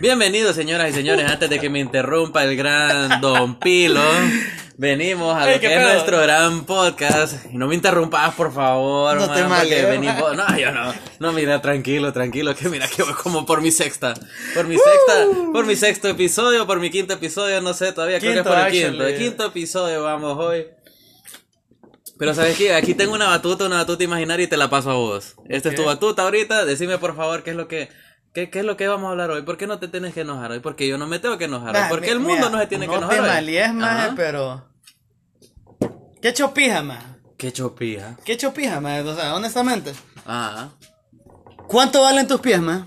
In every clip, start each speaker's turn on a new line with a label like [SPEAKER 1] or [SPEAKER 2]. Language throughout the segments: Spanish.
[SPEAKER 1] Bienvenidos, señoras y señores, antes de que me interrumpa el gran Don Pilo, venimos a
[SPEAKER 2] Ey,
[SPEAKER 1] lo
[SPEAKER 2] ¿qué
[SPEAKER 1] que es
[SPEAKER 2] pedo?
[SPEAKER 1] nuestro gran podcast. Y No me interrumpas, por favor,
[SPEAKER 3] No te
[SPEAKER 1] man, porque
[SPEAKER 3] maleo.
[SPEAKER 1] venimos- No, yo no. No, mira, tranquilo, tranquilo, que mira que voy como por mi sexta. Por mi sexta, por mi sexto episodio, por mi quinto episodio, no sé todavía, creo que
[SPEAKER 2] Quinto,
[SPEAKER 1] es por el quinto.
[SPEAKER 2] actually.
[SPEAKER 1] El quinto episodio vamos hoy. Pero sabes qué, aquí tengo una batuta, una batuta imaginaria y te la paso a vos. Esta es tu
[SPEAKER 2] Ok.
[SPEAKER 1] batuta ahorita, decime por favor qué es lo que qué, qué es lo que vamos a hablar hoy. ¿Por qué no te tienes que enojar hoy? Porque yo no me tengo que enojar hoy.
[SPEAKER 3] Ma,
[SPEAKER 1] Porque
[SPEAKER 3] mi-
[SPEAKER 1] el mundo
[SPEAKER 3] mira,
[SPEAKER 1] no se tiene que
[SPEAKER 3] No
[SPEAKER 1] enojar
[SPEAKER 3] te
[SPEAKER 1] hoy.
[SPEAKER 3] malíes, maje,
[SPEAKER 1] Ajá.
[SPEAKER 3] pero. ¿Qué chopija, maje?
[SPEAKER 1] Qué chopija.
[SPEAKER 3] ¿Qué chopija, maje? O sea, honestamente.
[SPEAKER 1] Ah.
[SPEAKER 3] ¿Cuánto valen tus pies, maje?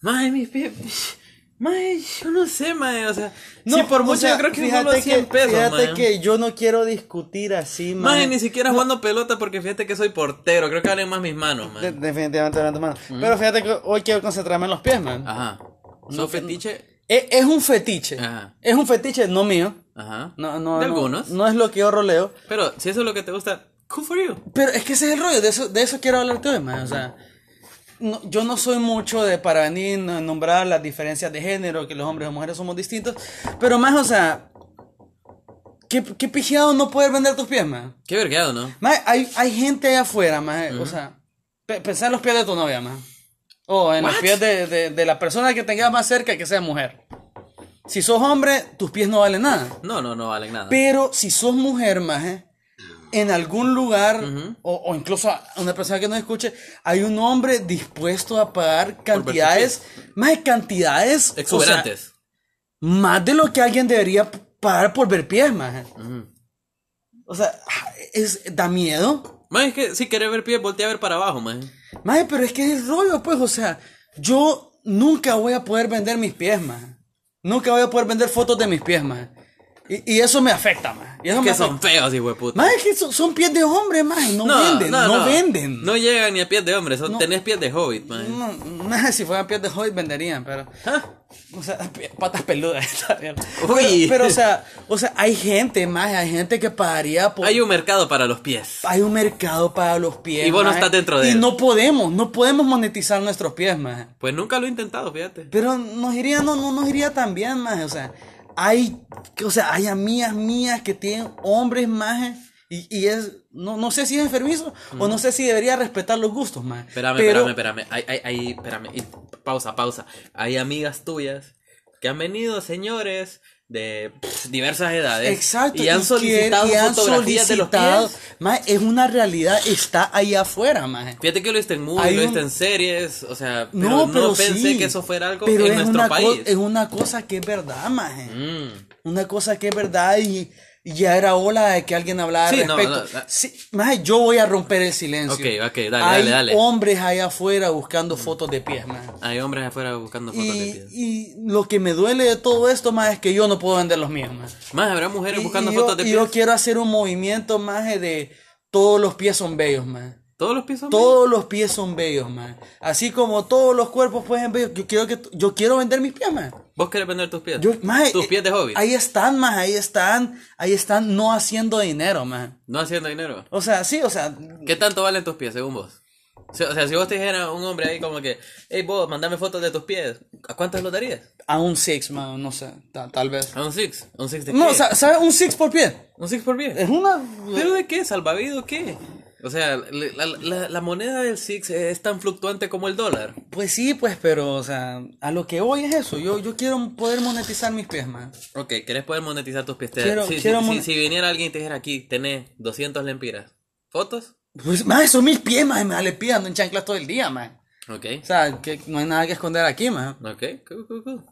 [SPEAKER 1] Mae, mis pies. Mae, yo no sé, mae, o sea,
[SPEAKER 3] No,
[SPEAKER 1] sí, por
[SPEAKER 3] o
[SPEAKER 1] mucho
[SPEAKER 3] sea,
[SPEAKER 1] yo creo que
[SPEAKER 3] fíjate
[SPEAKER 1] son los 100 pesos,
[SPEAKER 3] Fíjate
[SPEAKER 1] mae.
[SPEAKER 3] que yo no quiero discutir así,
[SPEAKER 1] Mae,
[SPEAKER 3] maje.
[SPEAKER 1] ni siquiera jugando pelota porque fíjate que soy portero, creo que valen más mis manos,
[SPEAKER 3] De-
[SPEAKER 1] mae.
[SPEAKER 3] definitivamente no tu mano. Pero fíjate que hoy quiero concentrarme en los pies, maje.
[SPEAKER 1] Ajá. ¿Son fetiche?
[SPEAKER 3] Es, es un fetiche.
[SPEAKER 1] Ajá.
[SPEAKER 3] Es un fetiche, no mío.
[SPEAKER 1] Ajá.
[SPEAKER 3] No, no,
[SPEAKER 1] Ah. De
[SPEAKER 3] no,
[SPEAKER 1] algunos.
[SPEAKER 3] No es lo que yo roleo.
[SPEAKER 1] Pero si eso es lo que te gusta, cool for you.
[SPEAKER 3] Pero es que ese es el rollo, de eso, de eso quiero hablarte hoy, man. O sea, no- yo no soy mucho de para venir a nombrar las diferencias de género, que los hombres o mujeres somos distintos. Pero más, o sea, qué, qué pijeado no poder vender tus pies, man.
[SPEAKER 1] Qué vergueado, ¿no?
[SPEAKER 3] Más, hay, hay gente allá afuera, más, o sea, pe- pensá en los pies de tu novia, más. O en los
[SPEAKER 1] What?
[SPEAKER 3] pies de, de- de la persona que tengas más cerca que sea mujer. Si sos hombre, tus pies no valen nada.
[SPEAKER 1] No, no, no valen nada.
[SPEAKER 3] Pero si sos mujer, maje, en algún lugar, o, o incluso a una persona que no escuche, hay un hombre dispuesto a pagar cantidades, más cantidades o sea,
[SPEAKER 1] Exuberantes.
[SPEAKER 3] más de lo que alguien debería p- pagar por ver pies, maje. O sea, ah, es, da miedo.
[SPEAKER 1] Más es que si querés ver pies, voltea a ver para abajo, man.
[SPEAKER 3] Maje, pero es que es rollo, pues, o sea, yo nunca voy a poder vender mis pies, maje. Nunca voy a poder vender fotos de mis pies, maje. Y, y eso me afecta, maje. Y eso me
[SPEAKER 1] Que
[SPEAKER 3] afecta.
[SPEAKER 1] son feos, hijo de puta.
[SPEAKER 3] Más que son, son pies de hombre, más no, venden, no, venden.
[SPEAKER 1] No llegan ni a pies de hombre, son, tenés pies de hobbit, man.
[SPEAKER 3] No, maje, si fueran pies de hoy venderían, pero.
[SPEAKER 1] Ah,
[SPEAKER 3] O sea, p- patas peludas. está bien.
[SPEAKER 1] Uy.
[SPEAKER 3] Pero, pero, o sea, o sea, hay gente, más, hay gente que pagaría por.
[SPEAKER 1] Hay un mercado para los pies.
[SPEAKER 3] hay un mercado para los pies.
[SPEAKER 1] Y vos no
[SPEAKER 3] maje,
[SPEAKER 1] estás dentro de
[SPEAKER 3] Y
[SPEAKER 1] él.
[SPEAKER 3] no podemos, no podemos monetizar nuestros pies, más.
[SPEAKER 1] Pues nunca lo he intentado, fíjate.
[SPEAKER 3] Pero nos iría, no, no nos iría tan bien, maje. O sea, hay, o sea, hay amigas mías que tienen hombres, maje. Y, y es, no, no sé si es enfermizo o no sé si debería respetar los gustos, maje.
[SPEAKER 1] Mm. Espérame,
[SPEAKER 3] Pero-
[SPEAKER 1] espérame, espérame. Hay, hay, hay, espérame. Y Pausa, pausa. Hay amigas tuyas que han venido, señores, de pff, diversas edades.
[SPEAKER 3] Exacto.
[SPEAKER 1] Y han
[SPEAKER 3] que-
[SPEAKER 1] solicitado
[SPEAKER 3] y han
[SPEAKER 1] fotografías de
[SPEAKER 3] solicitado-
[SPEAKER 1] los pies.
[SPEAKER 3] maje, es una realidad, está ahí afuera, maje.
[SPEAKER 1] Fíjate que lo viste en movies,
[SPEAKER 3] Hay
[SPEAKER 1] lo
[SPEAKER 3] un-
[SPEAKER 1] viste en series, o sea, pero
[SPEAKER 3] No,
[SPEAKER 1] no,
[SPEAKER 3] pero
[SPEAKER 1] pensé
[SPEAKER 3] sí.
[SPEAKER 1] que eso fuera algo
[SPEAKER 3] Pero
[SPEAKER 1] en
[SPEAKER 3] es
[SPEAKER 1] nuestro
[SPEAKER 3] una co-
[SPEAKER 1] país.
[SPEAKER 3] es una cosa que es verdad, maje.
[SPEAKER 1] Mm.
[SPEAKER 3] Una cosa que es verdad y y ya era hora de que alguien hablara al
[SPEAKER 1] Sí, no,
[SPEAKER 3] respecto.
[SPEAKER 1] no, no.
[SPEAKER 3] Sí, maje, yo voy a romper el silencio.
[SPEAKER 1] Ok, ok, dale,
[SPEAKER 3] Hay
[SPEAKER 1] dale, dale.
[SPEAKER 3] hombres allá afuera buscando fotos de pies, maje.
[SPEAKER 1] Hay hombres afuera buscando fotos de
[SPEAKER 3] Y,
[SPEAKER 1] pies.
[SPEAKER 3] y lo que me duele de todo esto, maje, es que yo no puedo vender los míos, maje.
[SPEAKER 1] Más habrá mujeres
[SPEAKER 3] Y-
[SPEAKER 1] buscando
[SPEAKER 3] y yo,
[SPEAKER 1] fotos de
[SPEAKER 3] y yo
[SPEAKER 1] pies.
[SPEAKER 3] quiero hacer un movimiento, maje, de todos los pies son bellos, maje.
[SPEAKER 1] Todos los pies son
[SPEAKER 3] Todos los pies son bellos, man. Así como todos los cuerpos pueden bellos. Yo quiero que yo quiero vender mis pies, man.
[SPEAKER 1] bellos. Vos querés vender tus pies.
[SPEAKER 3] Yo, maje,
[SPEAKER 1] tus pies de
[SPEAKER 3] eh,
[SPEAKER 1] hobby.
[SPEAKER 3] Ahí están, man, ahí están, ahí están no haciendo dinero, man.
[SPEAKER 1] No haciendo dinero.
[SPEAKER 3] O sea, sí, o sea,
[SPEAKER 1] ¿Qué tanto valen tus pies, según vos? O sea, o sea, si vos te dijera un hombre ahí como que, hey vos, mandame fotos de tus pies, ¿a cuántos lo darías?
[SPEAKER 3] a un six, man, no sé, ta- tal vez.
[SPEAKER 1] ¿A un six? ¿A un six de
[SPEAKER 3] No,
[SPEAKER 1] qué?
[SPEAKER 3] o sea, eh, ¿sabes? Un six por pie.
[SPEAKER 1] ¿Un six por pie?
[SPEAKER 3] Es una.
[SPEAKER 1] ¿Pero de qué? ¿Salvavido qué? O sea, le- la, la- la moneda del six es tan fluctuante como el dólar.
[SPEAKER 3] Pues sí, pues, pero, o sea, a lo que voy es eso. Yo, yo quiero poder monetizar mis pies, man.
[SPEAKER 1] Ok, ¿querés poder monetizar tus pies? Te-
[SPEAKER 3] Quiero-
[SPEAKER 1] si, si-
[SPEAKER 3] quiero
[SPEAKER 1] si-
[SPEAKER 3] mon-
[SPEAKER 1] si viniera alguien y te dijera aquí, tenés 200 lempiras. ¿Fotos?
[SPEAKER 3] Pues, man, son mis pies, man, me le pidan en chanclas todo el día, man.
[SPEAKER 1] Ok,
[SPEAKER 3] O sea, que no hay nada que esconder aquí, man.
[SPEAKER 1] ok, cool, cool, cool.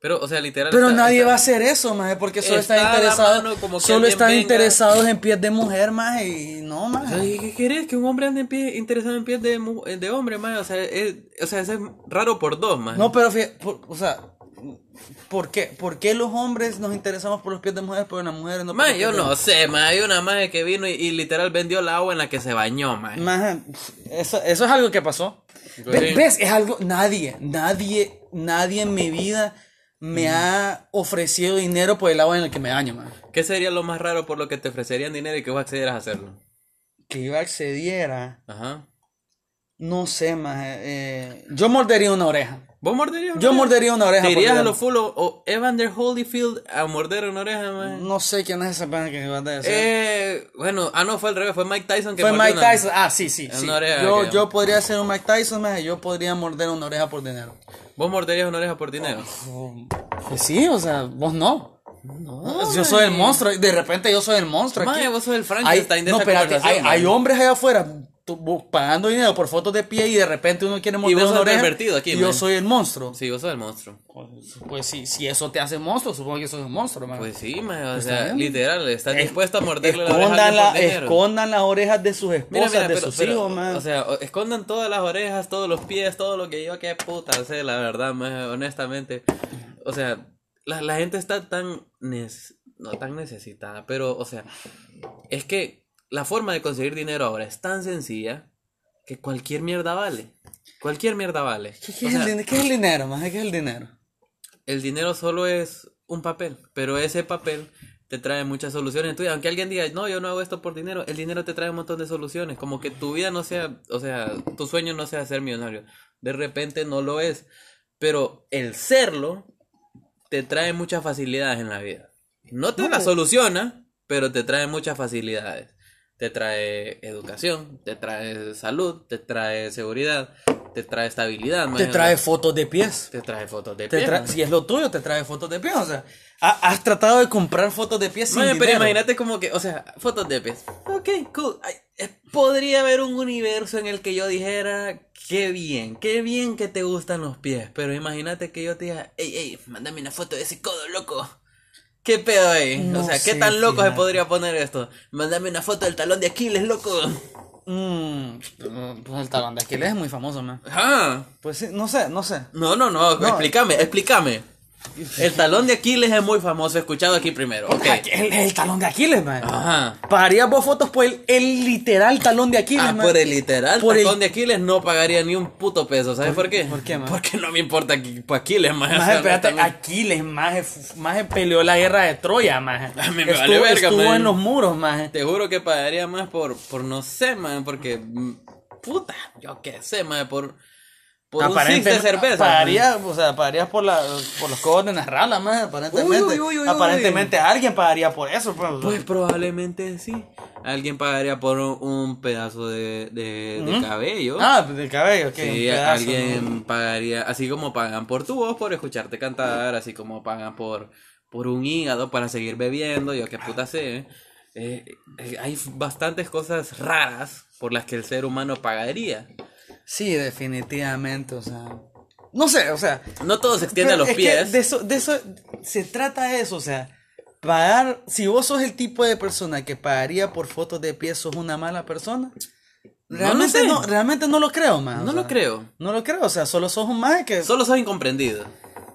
[SPEAKER 1] Pero, o sea, literal.
[SPEAKER 3] Pero
[SPEAKER 1] está-
[SPEAKER 3] nadie
[SPEAKER 1] está-
[SPEAKER 3] va a hacer eso, maje, porque solo
[SPEAKER 1] Está
[SPEAKER 3] están
[SPEAKER 1] a la
[SPEAKER 3] interesados
[SPEAKER 1] mano como que
[SPEAKER 3] solo
[SPEAKER 1] alguien
[SPEAKER 3] están
[SPEAKER 1] venga.
[SPEAKER 3] interesados en pies de mujer, maje, y no,
[SPEAKER 1] O sea,
[SPEAKER 3] maje.
[SPEAKER 1] ¿y ¿Qué querés? Que un hombre ande en pie, interesado en pies de, mu- eh, de hombre, más. O sea, es, o sea, eso es raro por dos, más.
[SPEAKER 3] No, pero fíjate, o sea, ¿por qué? ¿Por qué los hombres nos interesamos por los pies de mujeres, pero las mujeres no? por los
[SPEAKER 1] Más,
[SPEAKER 3] pies
[SPEAKER 1] yo
[SPEAKER 3] de-
[SPEAKER 1] no sé, más. Hay una más que vino y, y literal vendió el agua en la que se bañó, más.
[SPEAKER 3] Maje, eso, eso es algo que pasó. Ve-
[SPEAKER 1] Sí.
[SPEAKER 3] ¿Ves? Es algo, nadie, nadie, nadie en mi vida
[SPEAKER 1] Mm.
[SPEAKER 3] me ha ofrecido dinero por el agua en el que me baño, maje.
[SPEAKER 1] ¿Qué sería lo más raro por lo que te ofrecerían dinero y que vos accedieras a hacerlo?
[SPEAKER 3] Que yo accediera,
[SPEAKER 1] Ajá.
[SPEAKER 3] no sé, maje, eh, yo mordería una oreja.
[SPEAKER 1] ¿Vos morderías? una
[SPEAKER 3] Yo
[SPEAKER 1] oreja?
[SPEAKER 3] mordería una oreja.
[SPEAKER 1] ¿Te irías
[SPEAKER 3] porque-
[SPEAKER 1] a lo full o, o Evander Holyfield a morder una oreja, man?
[SPEAKER 3] No sé quién es esa persona que va a decir.
[SPEAKER 1] Eh, bueno, ah, no, fue al revés, fue Mike Tyson que
[SPEAKER 3] Fue
[SPEAKER 1] mordió
[SPEAKER 3] Mike
[SPEAKER 1] una-
[SPEAKER 3] Tyson. Ah, sí, sí.
[SPEAKER 1] Una
[SPEAKER 3] sí.
[SPEAKER 1] oreja
[SPEAKER 3] Yo,
[SPEAKER 1] que-
[SPEAKER 3] yo podría ser un Mike Tyson, maje, yo podría morder una oreja por dinero.
[SPEAKER 1] ¿Vos morderías una oreja por dinero?
[SPEAKER 3] Pues sí, o sea, vos no. yo soy el monstruo. y De repente yo soy el monstruo.
[SPEAKER 1] Mae,
[SPEAKER 3] aquí.
[SPEAKER 1] vos sos el
[SPEAKER 3] Hay,
[SPEAKER 1] Frankenstein de
[SPEAKER 3] no,
[SPEAKER 1] esta
[SPEAKER 3] espérate, hay,
[SPEAKER 1] conversación,
[SPEAKER 3] hay
[SPEAKER 1] mae.
[SPEAKER 3] hombres allá afuera tu- bu- pagando dinero por fotos de pie y de repente uno quiere morder
[SPEAKER 1] vos
[SPEAKER 3] una
[SPEAKER 1] sos
[SPEAKER 3] oreja.
[SPEAKER 1] pervertido aquí,
[SPEAKER 3] y yo
[SPEAKER 1] man.
[SPEAKER 3] soy el monstruo.
[SPEAKER 1] Sí, vos sos el monstruo.
[SPEAKER 3] Pues, pues sí, si eso te hace monstruo, supongo que sos un monstruo, man.
[SPEAKER 1] Pues sí, mae, o sea, literal, estás dispuesto a morderle la oreja a
[SPEAKER 3] escondan,
[SPEAKER 1] alguien por
[SPEAKER 3] la-
[SPEAKER 1] dinero.
[SPEAKER 3] escondan las orejas de sus esposas,
[SPEAKER 1] Mira, mira,
[SPEAKER 3] de
[SPEAKER 1] pero,
[SPEAKER 3] sus
[SPEAKER 1] pero,
[SPEAKER 3] hijos, man.
[SPEAKER 1] o sea, o- escondan todas las orejas, todos los pies, todo lo que yo, qué puta, sé, la verdad, mae, honestamente. O sea, la, la gente está tan, nes- no tan necesitada, pero, o sea, es que la forma de conseguir dinero ahora es tan sencilla que cualquier mierda vale. Cualquier mierda vale.
[SPEAKER 3] ¿Qué,
[SPEAKER 1] O
[SPEAKER 3] qué es
[SPEAKER 1] sea,
[SPEAKER 3] el, din- qué es el dinero, man? ¿Qué es el dinero?
[SPEAKER 1] el dinero solo es un papel, pero ese papel te trae muchas soluciones en tu vida. Aunque alguien diga, no, yo no hago esto por dinero, el dinero te trae un montón de soluciones. Como que tu vida no sea, o sea, tu sueño no sea ser millonario. De repente no lo es, pero el serlo te trae muchas facilidades en la vida. No te la soluciona, pero te trae muchas facilidades. Te trae educación, te trae salud, te trae seguridad, te trae estabilidad.
[SPEAKER 3] Te
[SPEAKER 1] imagínate.
[SPEAKER 3] trae fotos de pies.
[SPEAKER 1] te trae fotos de
[SPEAKER 3] Te
[SPEAKER 1] pies,
[SPEAKER 3] tra-
[SPEAKER 1] ¿no?
[SPEAKER 3] si es lo tuyo, te trae fotos de pies. O sea, ha- has tratado de comprar fotos de pies sin
[SPEAKER 1] Mae, pero
[SPEAKER 3] dinero.
[SPEAKER 1] imagínate como que, o sea, fotos de pies. Ok, cool. Ay, eh, podría haber un universo en el que yo dijera, qué bien, qué bien que te gustan los pies. Pero imagínate que yo te diga, ey, ey, mándame una foto de ese codo, loco. ¿Qué pedo ahí?
[SPEAKER 3] No
[SPEAKER 1] o sea, ¿qué
[SPEAKER 3] sé,
[SPEAKER 1] tan loco se
[SPEAKER 3] fíjate.
[SPEAKER 1] podría poner esto? Mándame una foto del talón de Aquiles, loco.
[SPEAKER 3] Mm, pues el talón de Aquiles es muy famoso, man.
[SPEAKER 1] Ajá.
[SPEAKER 3] Pues sí, no sé, no sé.
[SPEAKER 1] No, no, no,
[SPEAKER 3] No.
[SPEAKER 1] explícame, explícame. El talón de Aquiles es muy famoso, he escuchado aquí primero. Ok.
[SPEAKER 3] Aquel- El, talón de Aquiles, man.
[SPEAKER 1] Ajá.
[SPEAKER 3] Pagarías vos fotos por el, el literal talón de Aquiles,
[SPEAKER 1] Ah,
[SPEAKER 3] man.
[SPEAKER 1] por el literal
[SPEAKER 3] Por el-
[SPEAKER 1] tacón de Aquiles no pagaría ni un puto peso, ¿sabes por, qué?
[SPEAKER 3] por qué, man?
[SPEAKER 1] Porque no me importa que, pa' Aquiles, man. o
[SPEAKER 3] Maje,
[SPEAKER 1] sea,
[SPEAKER 3] espérate,
[SPEAKER 1] no tengo-
[SPEAKER 3] Aquiles, maje, f- maje peleó la guerra de Troya, maje.
[SPEAKER 1] A mí me
[SPEAKER 3] estuvo
[SPEAKER 1] vale verga,
[SPEAKER 3] estuvo
[SPEAKER 1] maje.
[SPEAKER 3] en los muros, maje.
[SPEAKER 1] Te juro que pagaría más por, por no sé, man, porque... mm, Puta, yo qué sé, man, por... Por un six
[SPEAKER 3] Aparentemente,
[SPEAKER 1] de cerveza.
[SPEAKER 3] Pagaría, o sea, pagarías por, la, por los cobos de Narrala, maje, aparentemente.
[SPEAKER 1] Uy, uy, uy, uy, uy.
[SPEAKER 3] aparentemente alguien pagaría por eso, pues.
[SPEAKER 1] Pues probablemente sí. Alguien pagaría por un, un pedazo de, de- de cabello.
[SPEAKER 3] Ah, del cabello, que
[SPEAKER 1] Sí, alguien pagaría, así como pagan por tu voz, por escucharte cantar, así como pagan por, por un hígado para seguir bebiendo, yo qué puta sé. Eh, eh, hay bastantes cosas raras por las que el ser humano pagaría.
[SPEAKER 3] Sí, definitivamente, o sea. No sé, o sea.
[SPEAKER 1] No todo se extiende a
[SPEAKER 3] Pero
[SPEAKER 1] los
[SPEAKER 3] es que
[SPEAKER 1] pies.
[SPEAKER 3] de, eso, de eso se trata eso, o sea, pagar, si vos sos el tipo de persona que pagaría por fotos de pies, sos una mala persona.
[SPEAKER 1] lo
[SPEAKER 3] Realmente
[SPEAKER 1] sé.
[SPEAKER 3] no, realmente no lo creo, man. o
[SPEAKER 1] No
[SPEAKER 3] sea,
[SPEAKER 1] lo creo.
[SPEAKER 3] No lo creo, o sea, solo sos un man que
[SPEAKER 1] Solo soy incomprendido.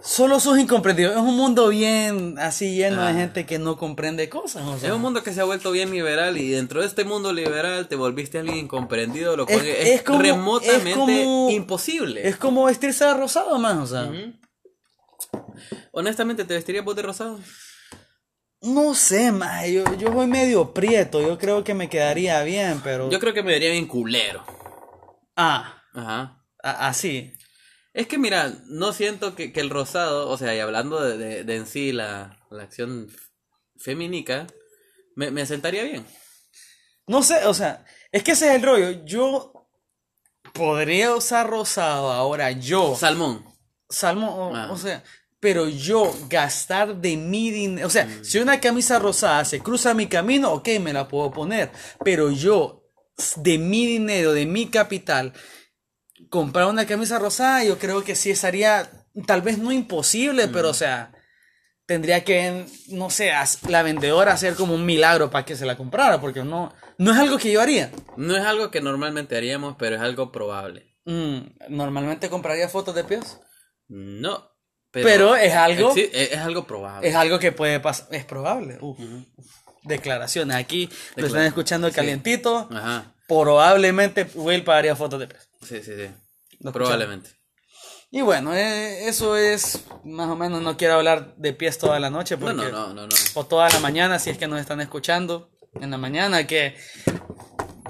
[SPEAKER 3] solo sos incomprendido. Es un mundo bien así lleno
[SPEAKER 1] Ah.
[SPEAKER 3] de gente que no comprende cosas, o sea.
[SPEAKER 1] Es un mundo que se ha vuelto bien liberal y dentro de este mundo liberal te volviste alguien incomprendido, lo
[SPEAKER 3] Es-
[SPEAKER 1] cual es,
[SPEAKER 3] es como- es
[SPEAKER 1] remotamente
[SPEAKER 3] como-
[SPEAKER 1] imposible. ¿Mm?
[SPEAKER 3] Es como vestirse de rosado, man, o sea.
[SPEAKER 1] Honestamente, ¿te vestirías vos de rosado?
[SPEAKER 3] No sé, man, yo, yo voy medio prieto, yo creo que me quedaría bien, pero...
[SPEAKER 1] Yo creo que me vería bien culero.
[SPEAKER 3] Ah,
[SPEAKER 1] Ajá.
[SPEAKER 3] a- así.
[SPEAKER 1] Es que mira, no siento que, que el rosado, o sea, y hablando de, de- de en sí la, la acción f- feminica, me, me sentaría bien.
[SPEAKER 3] No sé, o sea, es que ese es el rollo. Yo podría usar rosado ahora, yo,
[SPEAKER 1] Salmón.
[SPEAKER 3] Salmo, o,
[SPEAKER 1] Ah.
[SPEAKER 3] o sea, pero yo gastar de mi dinero, o sea, si una camisa rosada se cruza mi camino, ok, me la puedo poner, pero yo, s- de mi dinero, de mi capital, comprar una camisa rosada, yo creo que sí estaría, tal vez no imposible, pero o sea, tendría que, no sé, as- la vendedora hacer como un milagro para que se la comprara, porque no, no es algo que yo haría.
[SPEAKER 1] No es algo que normalmente haríamos, pero es algo probable.
[SPEAKER 3] Mm, normalmente compraría fotos de pies.
[SPEAKER 1] No.
[SPEAKER 3] Pero es algo-
[SPEAKER 1] exi- e, es, es algo probable.
[SPEAKER 3] Es algo que puede pasar, es probable. Uf. Declaraciones. Aquí lo están
[SPEAKER 1] Declara- Ah.
[SPEAKER 3] escuchando calientito.
[SPEAKER 1] Ajá.
[SPEAKER 3] Probablemente Will pagaría fotos de pez.
[SPEAKER 1] Sí, sí, sí.
[SPEAKER 3] Lo
[SPEAKER 1] Probablemente.
[SPEAKER 3] Y bueno, eh, eso es más o menos. No quiero hablar de pies toda la noche
[SPEAKER 1] No, no,
[SPEAKER 3] porque,
[SPEAKER 1] no, no, no.
[SPEAKER 3] o toda la mañana si es que nos están escuchando en la mañana. Que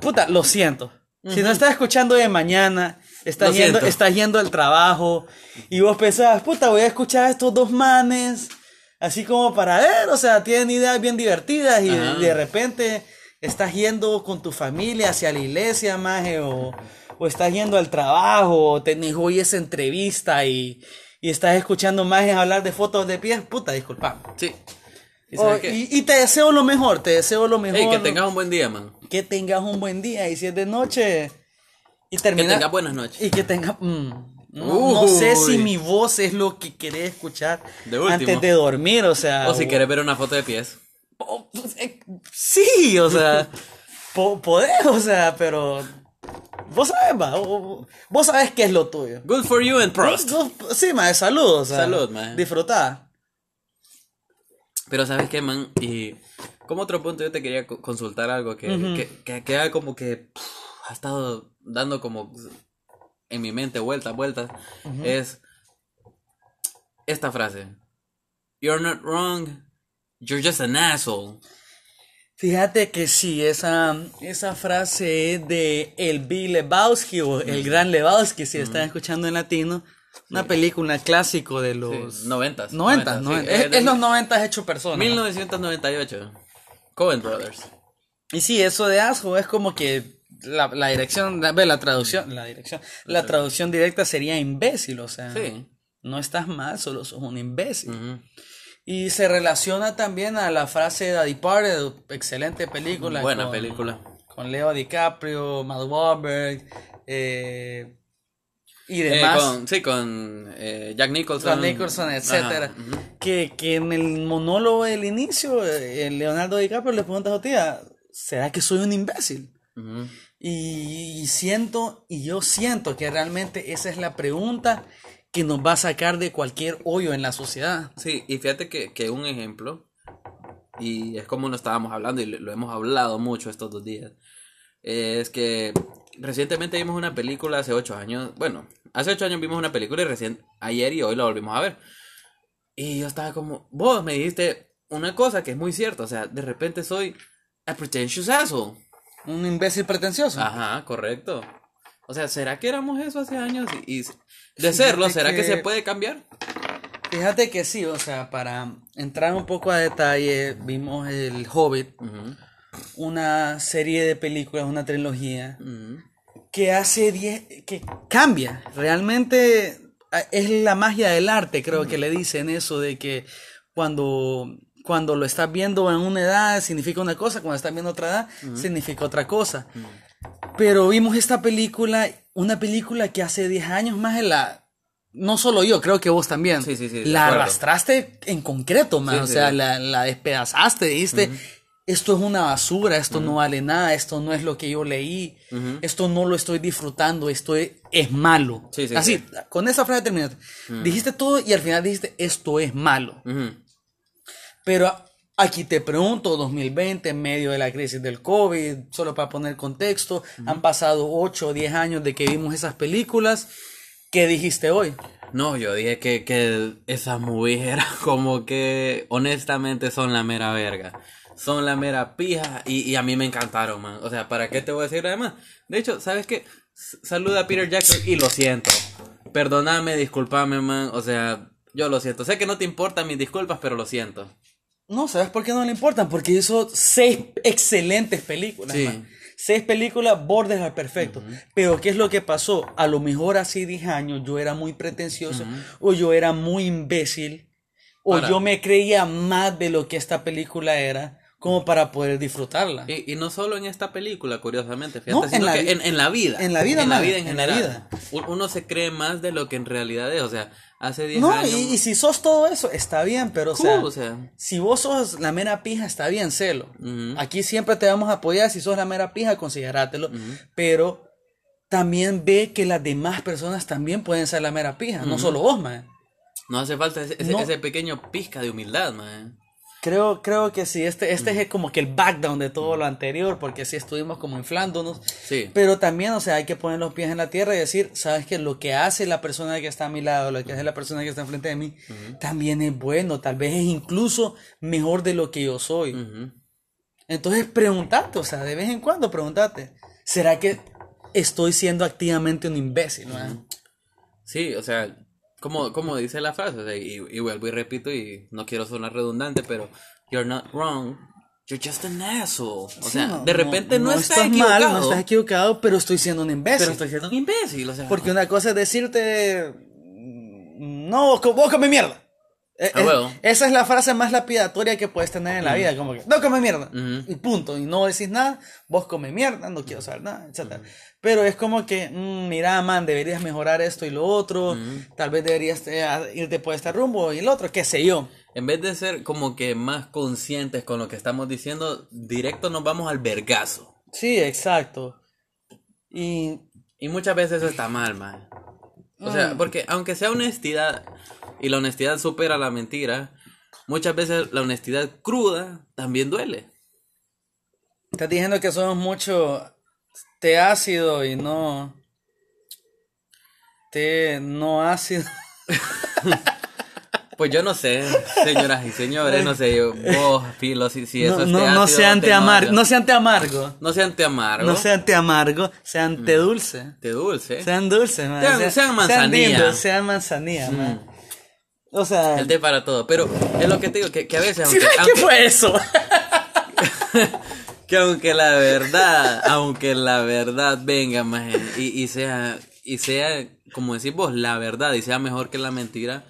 [SPEAKER 3] puta, lo siento. Si nos estás escuchando de mañana, Estás
[SPEAKER 1] Lo
[SPEAKER 3] yendo,
[SPEAKER 1] siento.
[SPEAKER 3] estás yendo al trabajo y vos pensás, puta, voy a escuchar a estos dos manes, así como para ver, o sea, tienen ideas bien divertidas y de,
[SPEAKER 1] Ajá.
[SPEAKER 3] de repente estás yendo con tu familia hacia la iglesia, maje, o, o estás yendo al trabajo, o tenés hoy esa entrevista y, y estás escuchando majes hablar de fotos de pies, puta, disculpa.
[SPEAKER 1] Sí. ¿Y
[SPEAKER 3] Oh,
[SPEAKER 1] sabes qué?
[SPEAKER 3] y, y te deseo lo mejor, te deseo lo mejor.
[SPEAKER 1] Ey, que tengas un buen día, man.
[SPEAKER 3] que tengas un buen día y si es de noche y
[SPEAKER 1] Que
[SPEAKER 3] termina
[SPEAKER 1] tengas buenas noches.
[SPEAKER 3] y que tenga mm, no, no sé si
[SPEAKER 1] Uy.
[SPEAKER 3] mi voz es lo que querés escuchar
[SPEAKER 1] De último.
[SPEAKER 3] antes de dormir, o sea,
[SPEAKER 1] O si quieres ver una foto de pies.
[SPEAKER 3] o- eh, sí, o sea, po- podés, o sea, pero vos sabés, va, o- o- vos sabés qué es lo tuyo.
[SPEAKER 1] Good for you and Prost.
[SPEAKER 3] Vos- vos- sí, mae, salud, o sea,
[SPEAKER 1] Salud, mae.
[SPEAKER 3] Disfrutá.
[SPEAKER 1] Pero sabes qué, man, y como otro punto yo te quería co- consultar algo que, que, que- que ha como que pff, ha estado dando como en mi mente vueltas, vueltas, es esta frase. You're not wrong, you're just an asshole.
[SPEAKER 3] Fíjate que sí, esa, esa frase es de el Big Lebowski o el Gran Lebowski, si están escuchando en latino, una película un clásico de los
[SPEAKER 1] Sí, noventas. noventas,
[SPEAKER 3] 90,
[SPEAKER 1] sí.
[SPEAKER 3] 90.
[SPEAKER 1] Es
[SPEAKER 3] Es,
[SPEAKER 1] de
[SPEAKER 3] es los 90 hecho persona.
[SPEAKER 1] 1998. Cohen Brothers.
[SPEAKER 3] Y sí, eso de asco es como que la, la dirección, la, ve, la traducción, la dirección, la traducción directa sería imbécil, o sea,
[SPEAKER 1] Sí. Mm.
[SPEAKER 3] no estás mal, solo sos un imbécil.
[SPEAKER 1] Ujú.
[SPEAKER 3] Y se relaciona también a la frase de The Departed, excelente película.
[SPEAKER 1] Buena
[SPEAKER 3] con-
[SPEAKER 1] película.
[SPEAKER 3] Con Leo DiCaprio, Matt Wahlberg, eh, y
[SPEAKER 1] Eh,
[SPEAKER 3] demás.
[SPEAKER 1] con- sí, con eh, Jack Nicholson.
[SPEAKER 3] John Nicholson,
[SPEAKER 1] Ajá,
[SPEAKER 3] etcétera.
[SPEAKER 1] ujú.
[SPEAKER 3] que, que en el monólogo del inicio, eh, el Leonardo DiCaprio le pregunta a su tía, ¿será que soy un imbécil?
[SPEAKER 1] Ujú.
[SPEAKER 3] Y, y siento, y yo siento que realmente esa es la pregunta que nos va a sacar de cualquier hoyo en la sociedad.
[SPEAKER 1] Sí, y fíjate que, que un ejemplo, y es como lo estábamos hablando y lo, lo hemos hablado mucho estos dos días, es que recientemente vimos una película hace ocho años, bueno, hace ocho años vimos una película y recién ayer y hoy la volvimos a ver. Y yo estaba como, vos me dijiste una cosa que es muy cierta, o sea, de repente soy a pretentious asshole.
[SPEAKER 3] Un imbécil pretencioso.
[SPEAKER 1] Ajá, correcto. O sea, ¿será que éramos eso hace años? Y, y de serlo, ¿será que se
[SPEAKER 3] que-
[SPEAKER 1] puede cambiar?
[SPEAKER 3] Fíjate que sí, o sea, para entrar un poco a detalle, vimos El Hobbit,
[SPEAKER 1] Ujú,
[SPEAKER 3] una serie de películas, una trilogía,
[SPEAKER 1] ujú.
[SPEAKER 3] que hace 10, que cambia. Realmente a- es la magia del arte, creo que le dicen eso, de que cuando, cuando lo estás viendo en una edad significa una cosa, cuando estás viendo otra edad significa otra cosa. Pero vimos esta película, una película que hace 10 años más la... No solo yo, creo que vos también.
[SPEAKER 1] Sí, sí, sí, de
[SPEAKER 3] La
[SPEAKER 1] acuerdo.
[SPEAKER 3] arrastraste en concreto, man.
[SPEAKER 1] Sí,
[SPEAKER 3] o
[SPEAKER 1] sí,
[SPEAKER 3] sea,
[SPEAKER 1] sí.
[SPEAKER 3] la, la despedazaste, dijiste, esto es una basura, esto no vale nada, esto no es lo que yo leí, esto no lo estoy disfrutando, esto es, es malo.
[SPEAKER 1] Sí, sí,
[SPEAKER 3] Así,
[SPEAKER 1] sí.
[SPEAKER 3] con esa frase terminaste. Dijiste todo y al final dijiste, esto es malo.
[SPEAKER 1] Ujú.
[SPEAKER 3] Pero a- aquí te pregunto, 2020, en medio de la crisis del COVID, solo para poner contexto, han pasado 8 o 10 años de que vimos esas películas. ¿Qué dijiste hoy?
[SPEAKER 1] No, yo dije que, que esas movies eran como que honestamente son la mera verga. Son la mera pija y, y a mí me encantaron, man. O sea, ¿para qué te voy a decir además? De hecho, ¿sabes qué? S- Saluda a Peter Jackson y lo siento. Perdóname, discúlpame, man. O sea, yo lo siento. Sé que no te importan mis disculpas, pero lo siento.
[SPEAKER 3] No, ¿sabes por qué no le importan? Porque hizo seis excelentes películas.
[SPEAKER 1] Sí.
[SPEAKER 3] man. Seis películas bordes al perfecto. Pero ¿qué es lo que pasó? A lo mejor hace 10 años yo era muy pretencioso o yo era muy imbécil o
[SPEAKER 1] Ahora-
[SPEAKER 3] yo me creía más de lo que esta película era como para poder disfrutarla.
[SPEAKER 1] Y, y no solo en esta película, curiosamente, fíjate,
[SPEAKER 3] No, en
[SPEAKER 1] sino
[SPEAKER 3] la
[SPEAKER 1] que
[SPEAKER 3] vi-
[SPEAKER 1] en, en la vida.
[SPEAKER 3] en la vida,
[SPEAKER 1] en la
[SPEAKER 3] madre,
[SPEAKER 1] vida en
[SPEAKER 3] en la
[SPEAKER 1] general.
[SPEAKER 3] vida.
[SPEAKER 1] U- Uno se cree más de lo que en realidad es. O sea, hace 10
[SPEAKER 3] No,
[SPEAKER 1] años.
[SPEAKER 3] y, y si sos todo eso, está bien, pero o
[SPEAKER 1] Cool,
[SPEAKER 3] sea,
[SPEAKER 1] o sea. mm.
[SPEAKER 3] si vos sos la mera pija, está bien, celo.
[SPEAKER 1] Ujú.
[SPEAKER 3] Aquí siempre te vamos a apoyar, si sos la mera pija, considerátelo, pero también ve que las demás personas también pueden ser la mera pija, no solo vos, man.
[SPEAKER 1] No hace falta ese, ese-
[SPEAKER 3] No.
[SPEAKER 1] ese pequeño pizca de humildad, man.
[SPEAKER 3] Creo, creo que sí, este, este es como que el background de todo lo anterior, porque sí estuvimos como inflándonos.
[SPEAKER 1] Sí.
[SPEAKER 3] Pero también, o sea, hay que poner los pies en la tierra y decir, sabes que lo que hace la persona que está a mi lado, lo que hace la persona que está enfrente de mí, también es bueno, tal vez es incluso mejor de lo que yo soy.
[SPEAKER 1] Ujú.
[SPEAKER 3] Entonces, preguntate, o sea, de vez en cuando preguntate, ¿será que estoy siendo activamente un imbécil, mae.
[SPEAKER 1] Sí, o sea, como, como dice la frase, o sea, y, y vuelvo y repito, y no quiero sonar redundante, pero you're not wrong, you're just an asshole. O
[SPEAKER 3] Sí,
[SPEAKER 1] sea,
[SPEAKER 3] no,
[SPEAKER 1] de repente no, estás,
[SPEAKER 3] mal,
[SPEAKER 1] equivocado,
[SPEAKER 3] no estás equivocado, pero estoy siendo un imbécil.
[SPEAKER 1] pero estás siendo un imbécil, o sea.
[SPEAKER 3] Porque una cosa es decirte, "Mm, no, vos co- vos come mierda. Eh,
[SPEAKER 1] A
[SPEAKER 3] eh,
[SPEAKER 1] Ah, huevo.
[SPEAKER 3] esa es la frase más lapidatoria que puedes tener en la vida, como que, no come mierda.
[SPEAKER 1] Ujú.
[SPEAKER 3] Y punto, y no decís nada, vos come mierda, no quiero saber nada, etc. Pero es como que, "Mm, mira, man, deberías mejorar esto y lo otro, tal vez deberías eh, a- irte por este rumbo y el otro, qué sé yo.
[SPEAKER 1] En vez de ser como que más conscientes con lo que estamos diciendo, directo nos vamos al vergazo.
[SPEAKER 3] Sí, exacto. Y
[SPEAKER 1] Y muchas veces eso está mal, man. O sea,
[SPEAKER 3] Mm.
[SPEAKER 1] porque aunque sea honestidad y la honestidad supera la mentira, muchas veces la honestidad cruda también duele.
[SPEAKER 3] estás diciendo que somos mucho té ácido y no. té no ácido.
[SPEAKER 1] Pues yo no sé, señoras y señores, no sé yo, vos, Filo, si, si eso
[SPEAKER 3] No,
[SPEAKER 1] es
[SPEAKER 3] no,
[SPEAKER 1] té
[SPEAKER 3] no
[SPEAKER 1] ácido,
[SPEAKER 3] sean
[SPEAKER 1] té
[SPEAKER 3] té amargo.
[SPEAKER 1] ácido.
[SPEAKER 3] No sean té amargo.
[SPEAKER 1] No sean te amargo,
[SPEAKER 3] No sean té amargo, sean té dulce.
[SPEAKER 1] te dulce.
[SPEAKER 3] Sean dulces, man.
[SPEAKER 1] Sean- sean manzanilla. Mm.
[SPEAKER 3] lindos, sean manzanilla, man. O sea.
[SPEAKER 1] El té para todo, pero es lo que te digo, que, que a veces,
[SPEAKER 3] ¿Sí
[SPEAKER 1] aunque,
[SPEAKER 3] ves
[SPEAKER 1] aunque-
[SPEAKER 3] qué fue eso?
[SPEAKER 1] que aunque la verdad, aunque la verdad venga más y, y sea, y sea, como decís vos, la verdad y sea mejor que la mentira,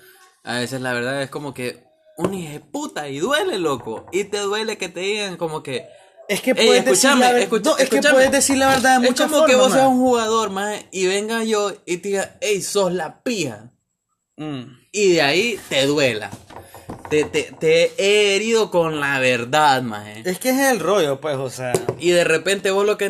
[SPEAKER 1] a veces la verdad es como que un hijo de puta y duele, loco. Y te duele que te digan como que...
[SPEAKER 3] Es que
[SPEAKER 1] "Ey,
[SPEAKER 3] puedes decir la
[SPEAKER 1] escúchame,
[SPEAKER 3] ver-
[SPEAKER 1] escu-
[SPEAKER 3] no, es que
[SPEAKER 1] escúchame".
[SPEAKER 3] puedes decir la verdad de
[SPEAKER 1] Es
[SPEAKER 3] muchas
[SPEAKER 1] como que
[SPEAKER 3] formas,
[SPEAKER 1] vos seas
[SPEAKER 3] man.
[SPEAKER 1] un jugador, más y venga yo y te diga, hey, sos la pija.
[SPEAKER 3] Mm.
[SPEAKER 1] Y de ahí te duela. Te, te, te he herido con la verdad, maje.
[SPEAKER 3] Es que es el rollo, pues, o sea.
[SPEAKER 1] Y de repente vos lo que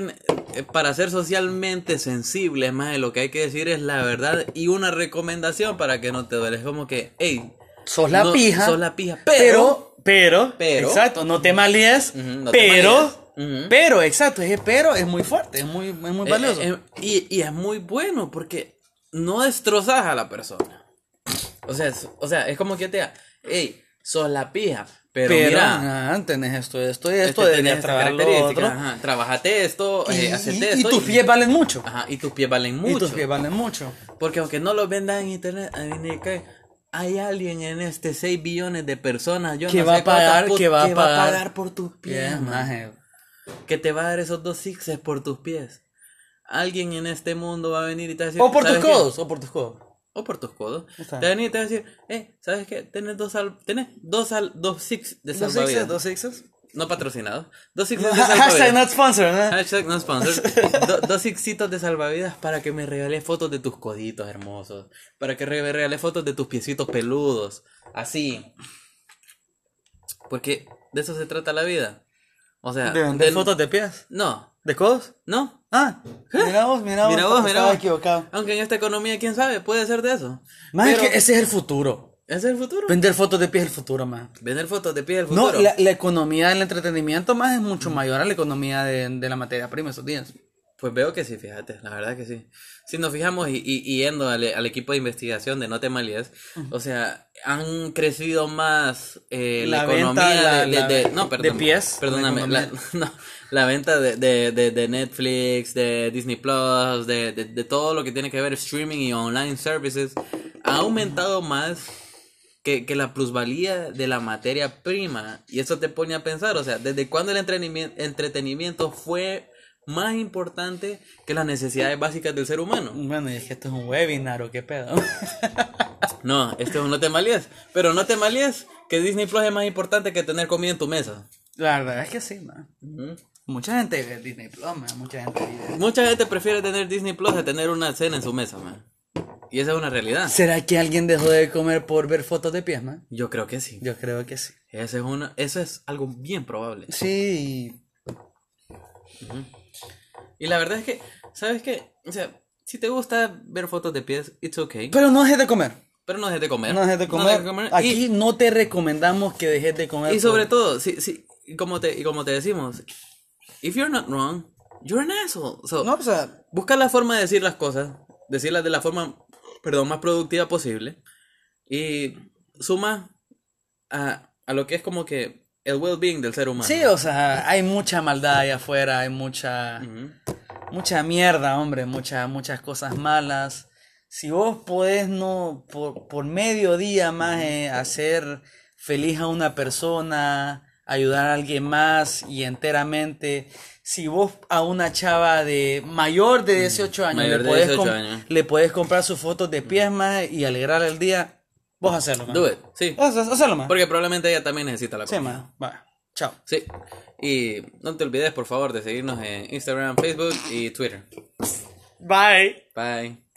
[SPEAKER 1] eh, para ser socialmente sensible, más lo que hay que decir es la verdad y una recomendación para que no te duele. Es como que, hey,
[SPEAKER 3] Sos la
[SPEAKER 1] no,
[SPEAKER 3] pija.
[SPEAKER 1] Sos la pija, pero,
[SPEAKER 3] Pero, pero,
[SPEAKER 1] pero-
[SPEAKER 3] exacto, no te malíes,
[SPEAKER 1] Ujú, no te
[SPEAKER 3] pero,
[SPEAKER 1] malíes. Ujú.
[SPEAKER 3] pero, exacto, ese pero es muy fuerte, es muy, es muy
[SPEAKER 1] eh,
[SPEAKER 3] valioso.
[SPEAKER 1] eh, y, y es muy bueno porque no destrozas a la persona. O sea, es, o sea, es como que te diga, hey, sos la pija, pero,
[SPEAKER 3] pero,
[SPEAKER 1] mira,
[SPEAKER 3] ah, tenés esto, esto y esto,
[SPEAKER 1] este tenés
[SPEAKER 3] deberías
[SPEAKER 1] estas
[SPEAKER 3] trabajar lo
[SPEAKER 1] características,
[SPEAKER 3] otro.
[SPEAKER 1] ajá, trabajate esto,
[SPEAKER 3] Y,
[SPEAKER 1] eh, hacete
[SPEAKER 3] y- y
[SPEAKER 1] esto.
[SPEAKER 3] tus pies valen mucho.
[SPEAKER 1] Ajá, y tus pies valen
[SPEAKER 3] Y
[SPEAKER 1] mucho.
[SPEAKER 3] tus pies valen mucho.
[SPEAKER 1] Porque aunque no lo vendan en internet, a mí me cae, hay alguien en este 6 billones de personas, yo
[SPEAKER 3] Que
[SPEAKER 1] no
[SPEAKER 3] va
[SPEAKER 1] sé
[SPEAKER 3] a pagar,
[SPEAKER 1] cuántas put-
[SPEAKER 3] que va a
[SPEAKER 1] va a
[SPEAKER 3] pagar.
[SPEAKER 1] pagar por tus pies,
[SPEAKER 3] Pies,
[SPEAKER 1] man.
[SPEAKER 3] maje.
[SPEAKER 1] que te va a dar esos dos sixes por tus pies. Alguien en este mundo va a venir y te va a decir,
[SPEAKER 3] O por tus
[SPEAKER 1] "¿Sabes qué?
[SPEAKER 3] codos, o por tus codos.
[SPEAKER 1] O por tus codos. Te
[SPEAKER 3] Está.
[SPEAKER 1] va a venir y te va a decir, eh, ¿sabes qué? Tenés dos sal- tenés dos sal- dos six de
[SPEAKER 3] Dos sexes,
[SPEAKER 1] salvavidas.
[SPEAKER 3] dos sexes.
[SPEAKER 1] No patrocinados. Dos sixes de
[SPEAKER 3] Hashtag
[SPEAKER 1] salvavidas.
[SPEAKER 3] not sponsored, ¿no?
[SPEAKER 1] Hashtag no sponsor. Do- dos sixcitos de salvavidas para que me regales fotos de tus coditos hermosos. Para que re- me regales fotos de tus piecitos peludos. Así. Porque de eso se trata la vida. O sea,
[SPEAKER 3] De vender
[SPEAKER 1] de-
[SPEAKER 3] fotos de pies.
[SPEAKER 1] No,
[SPEAKER 3] ¿De codos?
[SPEAKER 1] no.
[SPEAKER 3] Ah, mira vos, mira vos.
[SPEAKER 1] Mira vos, mira
[SPEAKER 3] estaba
[SPEAKER 1] vos.
[SPEAKER 3] equivocado.
[SPEAKER 1] Aunque en esta economía, quién sabe, puede ser de eso.
[SPEAKER 3] Más
[SPEAKER 1] Pero
[SPEAKER 3] que ese es el futuro.
[SPEAKER 1] ese es el futuro.
[SPEAKER 3] Vender fotos de pies es el futuro, man.
[SPEAKER 1] Vender fotos de pie es el
[SPEAKER 3] No,
[SPEAKER 1] futuro.
[SPEAKER 3] la, la economía del entretenimiento más es mucho mayor a la economía de, de la materia prima esos días.
[SPEAKER 1] Pues veo que sí, fíjate, la verdad que sí. Si nos fijamos y, y- y yendo al, al equipo de investigación de No te malíes, o sea, han crecido más eh, la,
[SPEAKER 3] La
[SPEAKER 1] economía
[SPEAKER 3] venta, la-
[SPEAKER 1] de,
[SPEAKER 3] la-
[SPEAKER 1] de- de- no,
[SPEAKER 3] de
[SPEAKER 1] perdón,
[SPEAKER 3] pies,
[SPEAKER 1] perdóname,
[SPEAKER 3] la
[SPEAKER 1] la, no, la venta de, de- de- de Netflix, de Disney Plus, de, de- de todo lo que tiene que ver streaming y online services, ha aumentado más que, que la plusvalía de la materia prima. Y eso te pone a pensar, o sea, ¿desde cuándo el entrenimi- entretenimiento fue más importante que las necesidades básicas del ser humano?
[SPEAKER 3] Bueno, y es que esto es un webinar o qué pedo.
[SPEAKER 1] No, esto es un no te malíes. Pero no te malíes que Disney Plus es más importante que tener comida en tu mesa.
[SPEAKER 3] la verdad es que sí, man.
[SPEAKER 1] Ujú.
[SPEAKER 3] Mucha gente ve Disney Plus, man. Mucha gente vive.
[SPEAKER 1] Mucha gente prefiere tener Disney Plus a tener una cena en su mesa, man. Y esa es una realidad.
[SPEAKER 3] ¿Será que alguien dejó de comer por ver fotos de pies, man?
[SPEAKER 1] Yo creo que sí.
[SPEAKER 3] Yo creo que sí.
[SPEAKER 1] Esa es una, eso es algo bien probable.
[SPEAKER 3] Sí.
[SPEAKER 1] Y la verdad es que, ¿sabes qué? O sea, si te gusta ver fotos de pies, it's okay.
[SPEAKER 3] Pero no dejes de comer.
[SPEAKER 1] Pero no dejes de comer.
[SPEAKER 3] No dejes de comer.
[SPEAKER 1] dejes
[SPEAKER 3] Aquí
[SPEAKER 1] Y-
[SPEAKER 3] no te recomendamos que dejes de comer.
[SPEAKER 1] Y, sobre
[SPEAKER 3] por-
[SPEAKER 1] todo, si, si, y como te, y como te decimos, if you're not wrong, you're an asshole. So,
[SPEAKER 3] No, o sea,
[SPEAKER 1] Busca la forma de decir las cosas, decirlas de la forma, perdón, más productiva posible. Y suma a, a lo que es como que el well-being del ser humano.
[SPEAKER 3] Sí, o sea, hay mucha maldad allá afuera, hay mucha...
[SPEAKER 1] Ujú.
[SPEAKER 3] mucha mierda, hombre, mucha, muchas cosas malas. Si vos podés no por, por mediodía más eh, hacer feliz a una persona, ayudar a alguien más y enteramente, si vos a una chava de mayor de 18 años,
[SPEAKER 1] Mayor
[SPEAKER 3] le,
[SPEAKER 1] de
[SPEAKER 3] podés
[SPEAKER 1] 18
[SPEAKER 3] com-
[SPEAKER 1] años.
[SPEAKER 3] le podés comprar sus fotos de pies más y alegrar el día, vos hacerlo más.
[SPEAKER 1] Do it. Sí.
[SPEAKER 3] Hacerlo más.
[SPEAKER 1] Porque probablemente ella también necesita la
[SPEAKER 3] Oh, Sí,
[SPEAKER 1] cosa.
[SPEAKER 3] más. Va. Chao.
[SPEAKER 1] Sí. Y no te olvides, por favor, de seguirnos en Instagram, Facebook y Twitter.
[SPEAKER 3] Bye.
[SPEAKER 1] Bye.